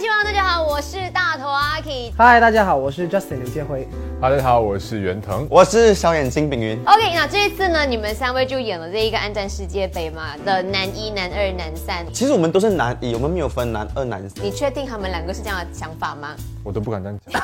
希望大家好，我是大头阿 K。嗨，大家好，我是 Justin 刘建辉。哈喽，大家好，我是袁腾。我是小眼睛饼云， OK，那这一次呢，你们三位就演了这一个《暗战世界杯》嘛的男一、男二、男三。其实我们都是男一，我们没有分男二男三。你确定他们两个是这样的想法吗？ 我都不敢这样讲。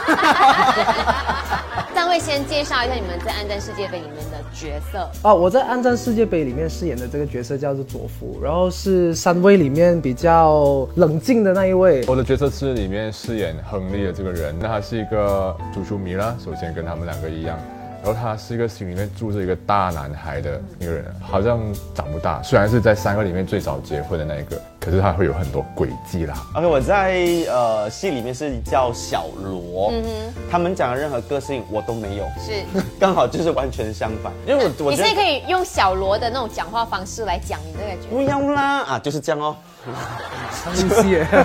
三位先介绍一下你们在《暗战世界杯》里面的角色。啊，我在《暗战世界杯》里面饰演的这个角色叫做佐夫，然后是三位里面比较冷静的那一位。 我的角色是里面饰演亨利的这个人，那他是一个足球迷啦，首先跟他们两个一样，然后他是一个心里面住着一个大男孩的一个人，好像长不大，虽然是在三个里面最早结婚的那一个，可是他会有很多诡计啦。 OK，我在呃戏里面是叫小罗，嗯他们讲的任何个性我都没有，是，刚好就是完全相反，因为我 我你觉是可得以用小罗的那种讲话方式来讲你这个角不要啦啊，就是这样哦，露西耶， 色，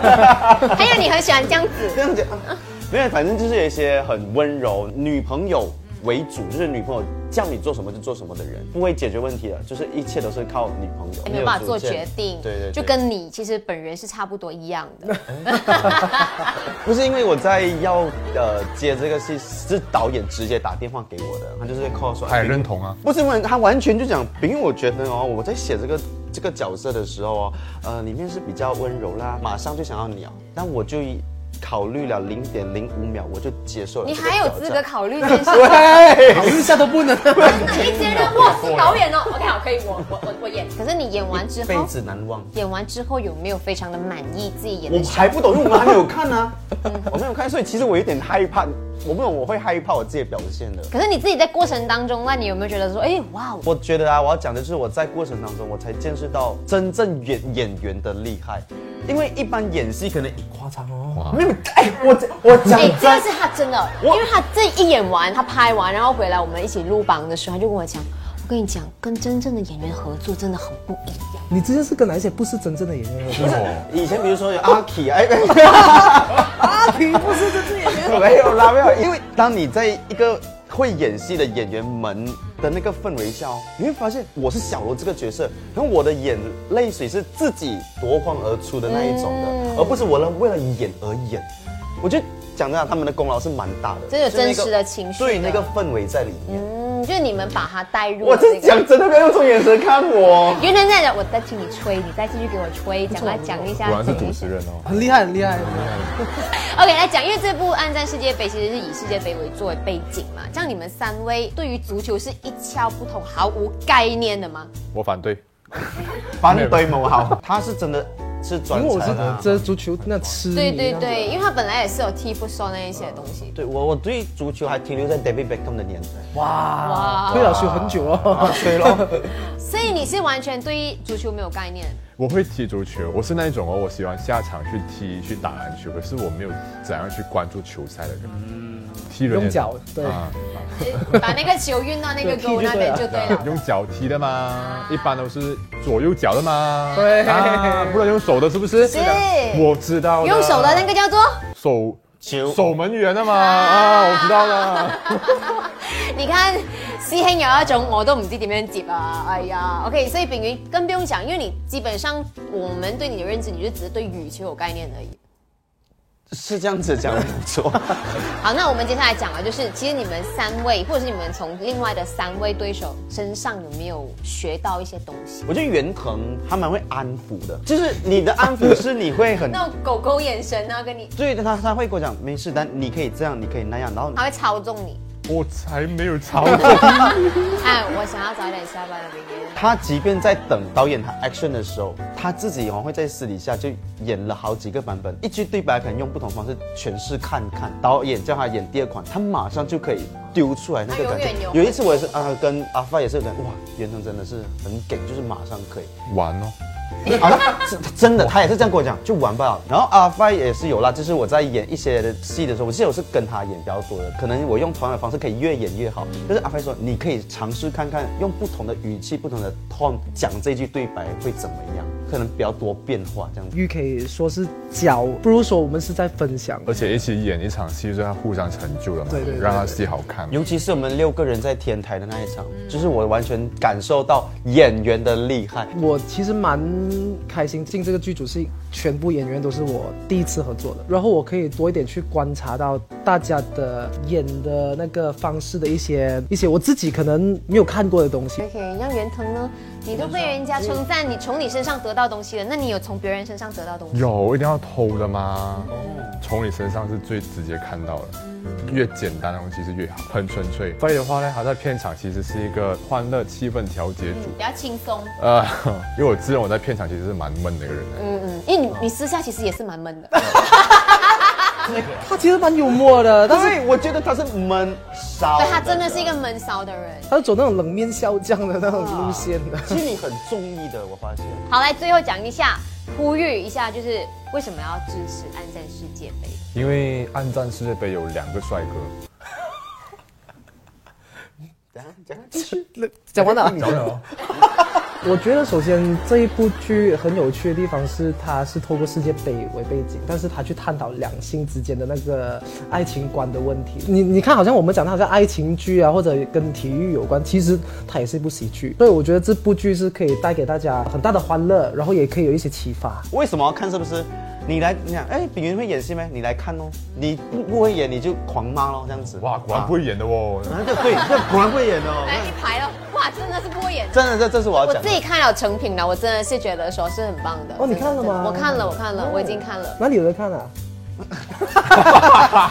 还有你很喜欢这样子。这样 讲，啊没有，反正就是有一些很温柔，女朋友为主，就是女朋友叫你做什么就做什么的人，不会解决问题的，就是一切都是靠女朋友，哎没有办法做决定，对对对，就跟你其实本人是差不多一样的。 不是因为我在要呃接这个戏，是导演直接打电话给我的，他就是 call 说，嗯他也哎认同啊，不是问他完全就讲，因为我觉得哦，我在写这个这个角色的时候哦，呃，里面是比较温柔啦，马上就想要鸟，但我就考虑了零点零五秒，我就接受了。你还有资格？考虑这件事？对，考虑一下都 不能。一接任我是导演哦。OK，好，可以， 我我我我演。可是你演完之一辈后，子难忘。演完之后有没有非常的满意自己演我的？还不懂，因为我还没有看啊，我没有看，所以其实我有点害怕，我不懂，我会害怕我自己的表现的。可是你自己在过程当中，那你有没有觉得说，哎，哇，我觉得啊，我要讲的就是我在过程当中，我才见识到真正演演员的厉害。因为一般演戏可能一夸张哦，没有哎，我我讲哎，这个真，是他真的，因为他这一演完，他拍完，然后回来我们一起录榜的时候，他就跟我讲，我跟你讲，跟真正的演员合作真的很不一样。你之前是跟哪一些不是真正的演员合作？以前比如说有阿 K 哎，没有阿婷不是真正演员。没有啦，没有，因为当你在一个会演戏的演员们的那个氛围下哦，你会发现我是小罗这个角色，然后我的眼泪水是自己夺眶而出的那一种嗯的，而不是我了为了演而演。我觉得讲真的，他们的功劳是蛮大的，真的有就是那个真实的情绪对的那个氛围在里面。嗯，就是你们把他带入我了这这个。讲真的，不要用这种眼神看 我。原来在讲，我再请你吹，你再继续给我吹，讲来讲一下。果然是主持人哦。很厉害，很厉害。 OK，来讲，因为这部《暗战世界杯》其实是以世界杯为作为背景嘛，这样你们三位对于足球是一窍不通、毫无概念的吗？我反对，反对某好，他是真的是因专为我才啊是啦。这足球那痴迷。对对对，。因为他本来也是有踢不收那一些东西。对我，我对足球还停留在 David Beckham 的年代。哇，哇推老师很久 哦。对咯，啊所以你是完全对于足球没有概 念。我会踢足球，我是那一种哦，我喜欢下场去踢去打篮球，可是我没有怎样去关注球赛的人。踢人也用脚对啊把那个球运到那个对踢就 goal 那边就对对啊了。用脚踢的嘛，一般都是左右脚的嘛，对啊，不能用手的，是不是？是的我知道的。用手的那个叫做，手球守门员的嘛，啊，我知道了。你看师兄有一種我都唔知點樣接啊！哎呀，OK，所以炳云更不用講，因為你基本上我們對你的認知，你就只是對羽球有概念而已。是这样子讲没 错。好，那我们接下来讲啊，就是其实你们三位，或者是你们从另外的三位对手身上有没有学到一些东西？我觉得袁腾他蛮会安抚的，就是你的安抚是你会很 那种狗狗眼神啊，跟你对的，他他会跟我讲没事，但你可以这样，你可以那样，然后他会操纵你。我才没有操作，哎，我想要早一点下班了，炳云。他即便在等导演他 action 的时候，他自己哦会在私底下就演了好几个版本，一句对白可能用不同方式诠释看看。导演叫他演第二款，他马上就可以丢出来那个感他永远觉。有有一次我也是啊、跟阿发也是有讲，哇，袁腾真的是很给，就是马上可以。玩哦。啊，是真的，他也是这样跟我讲，就玩吧。然后阿发也是有啦，就是我在演一些的戏的时候，我记得我是跟他演比较多的，可能我用同样的方式可以越演越好。但是阿发说，你可以尝试看看，用不同的语气、不同的 tone 讲这句对白会怎么样。可能比较多变化这样子。与其说是教，不如说我们是在分享。而且一起演一场戏，就是他互相成就了嘛，对对对让他戏好看嘛。尤其是我们六个人在天台的那一场，就是我完全感受到演员的厉害。我其实蛮开心进这个剧组，是全部演员都是我第一次合作的，然后我可以多一点去观察到大家的演的那个方式的一些一些我自己可能没有看过的 东西。 OK，让袁腾呢，你都被人家称赞，你从你身上得到东西了，那你有从别人身上得到东西？有一定要偷的吗？从你身上是最直接看到的，越简单的东西是越好，很纯粹。所以的话呢，他在片场其实是一个欢乐气氛调节组。嗯比较轻松，呃， 因为我自认我在片场其实是蛮闷的一个人来的，嗯嗯，因为你你私下其实也是蛮闷的，他其实蛮幽默的，但是对，我觉得他是闷骚，对他真的是一个闷骚的人。他是走那种冷面笑匠的那种路线的。其实你很中意的，我发现。好，来最后讲一下，呼吁一下，就是为什么要支持暗战世界杯？因为暗战世界杯有两个帅哥，等一下讲完了。找不到我觉得首先这一部剧很有趣的地方是，它是透过世界杯为背景，但是它去探讨两性之间的那个爱情观的问题。你你看，好像我们讲的好像爱情剧啊，或者跟体育有关，其实它也是一部喜剧。所以我觉得这部剧是可以带给大家很大的欢乐，然后也可以有一些启发。为什么要看？是不是？你来，你想，哎，炳云会演戏没？你来看哦。你不不会演，你就狂骂咯，这样子。哇，果然不会演的哦。啊，这对，这果然不会演哦。来一排了，哇，真的是不会演的。真的，这这是我要我讲自的。己看了成品了，我真的是觉得说是很棒的。哦你看了吗我看了，我看了，我已经看了。哪里有人看啊？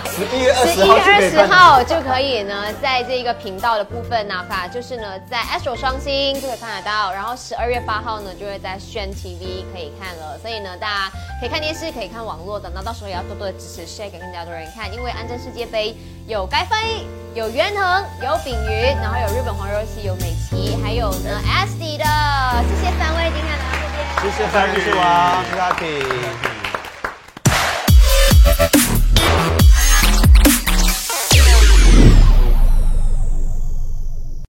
十一月二十一十月二十号就可以看。号就可以呢，在这个频道的部分呢，把就是呢在 Astro 双星就可以看得到，然后十二月八号呢就会在炫 TV 可以看了，所以呢大家可以看电视，可以看网络的，那到时候也要多多的支持 share 给更加多人看，因为安贞世界杯有该飞，有袁腾，有炳云，然后有日本黄若曦，有美琪，还有呢 S D 的，谢谢三位今天来到这边。谢谢三叔啊，谢谢阿 P。